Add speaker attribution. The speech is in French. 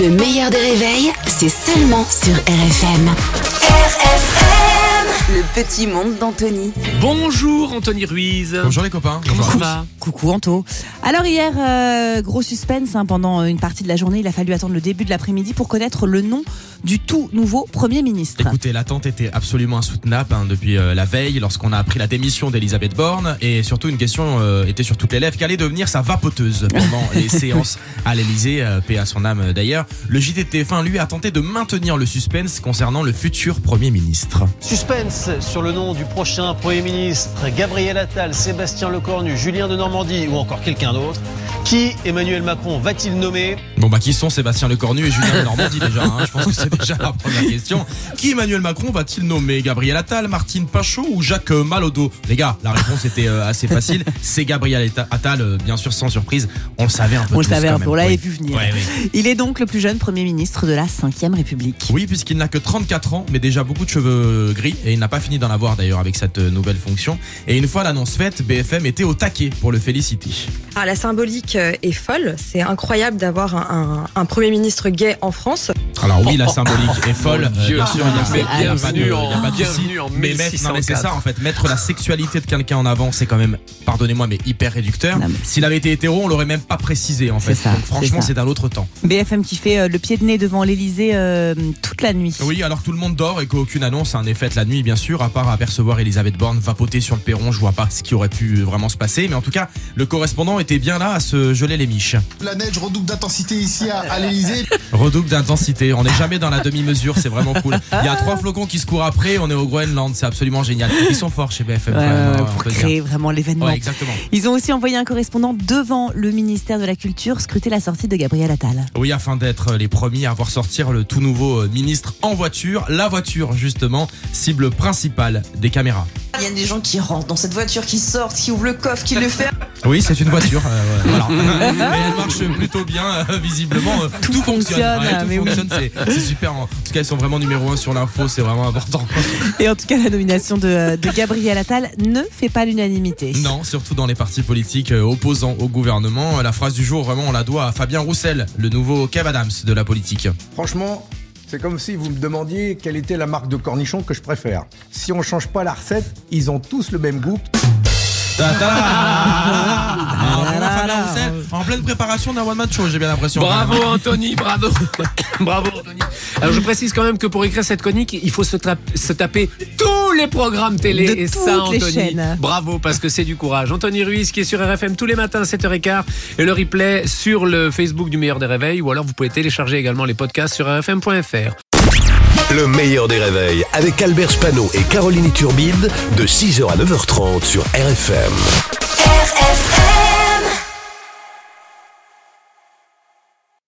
Speaker 1: Le meilleur des réveils, c'est seulement sur RFM. RFM Le petit monde d'Anthony.
Speaker 2: Bonjour Anthony Ruiz.
Speaker 3: Bonjour les copains.
Speaker 2: Comment ça va
Speaker 4: Coucou Anto. Alors hier, euh, gros suspense, hein, pendant une partie de la journée, il a fallu attendre le début de l'après-midi pour connaître le nom du tout nouveau Premier ministre.
Speaker 3: Écoutez, l'attente était absolument insoutenable hein, depuis euh, la veille, lorsqu'on a appris la démission d'Elisabeth Borne, et surtout une question euh, était sur toutes les lèvres qu'allait devenir sa vapoteuse pendant les séances à l'Elysée, paix à son âme d'ailleurs. Le JTTF1, lui, a tenté de maintenir le suspense concernant le futur Premier ministre.
Speaker 5: Suspense sur le nom du prochain Premier ministre, Gabriel Attal, Sébastien Lecornu, Julien de Normandie ou encore quelqu'un d'autre. Qui Emmanuel Macron va-t-il nommer
Speaker 3: Bon bah qui sont Sébastien Lecornu et Julien de Normandie déjà hein Je pense que c'est déjà la première question. Qui Emmanuel Macron va-t-il nommer Gabriel Attal, Martine Pachot ou Jacques Malaudeau Les gars, la réponse était euh, assez facile. C'est Gabriel Attal, euh, bien sûr sans surprise. On le savait un peu.
Speaker 4: On le
Speaker 3: tous,
Speaker 4: savait hein,
Speaker 3: quand
Speaker 4: un peu,
Speaker 3: même.
Speaker 4: on l'avait
Speaker 3: Oui.
Speaker 4: vu venir.
Speaker 3: Ouais, oui.
Speaker 4: Il est donc le plus jeune Premier ministre de la 5ème République.
Speaker 3: Oui, puisqu'il n'a que 34 ans, mais déjà beaucoup de cheveux euh, gris, et il n'a pas fini d'en avoir d'ailleurs avec cette euh, nouvelle fonction. Et une fois l'annonce faite, BFM était au taquet pour le féliciter.
Speaker 6: Ah, la symbolique euh, est folle. C'est incroyable d'avoir un, un- un Premier ministre gay en France.
Speaker 3: Alors oui, la symbolique est folle,
Speaker 2: Oh, Mon
Speaker 3: euh,
Speaker 2: Dieu.
Speaker 3: bien sûr,
Speaker 4: Ah,
Speaker 3: il y
Speaker 2: Mais
Speaker 3: a- il y a, pas de- il y
Speaker 2: bienvenue en-
Speaker 3: a pas de souci.
Speaker 2: bienvenue en
Speaker 3: Mais mettre- non, mais c'est
Speaker 2: 1604.
Speaker 3: ça en fait, mettre la sexualité de quelqu'un en avant, c'est quand même, pardonnez-moi, mais hyper réducteur.
Speaker 4: Non, mais-
Speaker 3: S'il avait été hétéro, on l'aurait même pas précisé en fait.
Speaker 4: C'est ça,
Speaker 3: Donc franchement,
Speaker 4: c'est ça.
Speaker 3: c'est d'un autre temps.
Speaker 4: BFM qui fait euh, le pied de nez devant l'Elysée toute la nuit.
Speaker 3: Oui, alors que tout le monde dort et qu'aucune annonce hein, n'est faite la nuit, bien sûr, à part apercevoir Elisabeth Borne vapoter sur le perron, je vois pas ce qui aurait pu euh, vraiment se passer, mais en tout cas, le correspondant était bien là à se geler les miches.
Speaker 7: La neige redouble d'intensité ici à, à l'Elysée.
Speaker 3: Redouble d'intensité, on n'est jamais dans la demi-mesure, c'est vraiment cool. Il y a trois flocons qui se courent après, on est au Groenland, c'est absolument génial. Ils sont forts chez BFM. quand même,
Speaker 4: Euh,
Speaker 3: ouais, on
Speaker 4: pour
Speaker 3: peut le dire.
Speaker 4: créer vraiment l'événement.
Speaker 3: Ouais, exactement.
Speaker 4: Ils ont aussi envoyé un correspondant devant le ministère de la Culture scruter la sortie de Gabriel Attal.
Speaker 3: Oui, afin d'être les premiers à voir sortir le tout nouveau euh, ministre en voiture, la voiture justement, cible principale des caméras.
Speaker 8: Il y a des gens qui rentrent dans cette voiture, qui sortent, qui ouvrent le coffre, qui le ferment.
Speaker 3: Oui, c'est une voiture. euh, voilà. Mais elle marche plutôt bien, euh, visiblement. euh, tout,
Speaker 4: fonctionne,
Speaker 3: ouais, tout
Speaker 4: mais oui.
Speaker 3: fonctionne, c'est- c'est super. En tout cas, ils sont vraiment numéro un sur l'info, c'est vraiment important.
Speaker 4: Et en tout cas, la nomination de, euh, de Gabriel Attal ne fait pas l'unanimité.
Speaker 3: Non, surtout dans les partis politiques euh, opposants au gouvernement. Euh, La phrase du jour, vraiment, on la doit à Fabien Roussel, le nouveau Kev Adams de la politique.
Speaker 9: Franchement, c'est comme si vous me demandiez quelle était la marque de cornichon que je préfère. Si on change pas la recette, ils ont tous le même goût.
Speaker 3: Ta-ta Ah, vraiment, Fabien Roussel, en pleine préparation d'un one-man show, j'ai bien l'impression.
Speaker 2: Bravo Anthony, bravo. bravo Anthony. Alors je précise quand même que pour écrire cette chronique, il faut se, tra- se taper tous les programmes télé
Speaker 4: De
Speaker 2: et
Speaker 4: toutes
Speaker 2: ça
Speaker 4: les
Speaker 2: Anthony.
Speaker 4: chaînes.
Speaker 2: Bravo parce que c'est du courage. Anthony Ruiz qui est sur RFM tous les matins à 7h15 et le replay sur le Facebook du meilleur des réveils ou alors vous pouvez télécharger également les podcasts sur rfm.fr.
Speaker 10: Le meilleur des réveils avec Albert Spano et Caroline Turbide de 6h à 9h30 sur RFM.
Speaker 1: RFM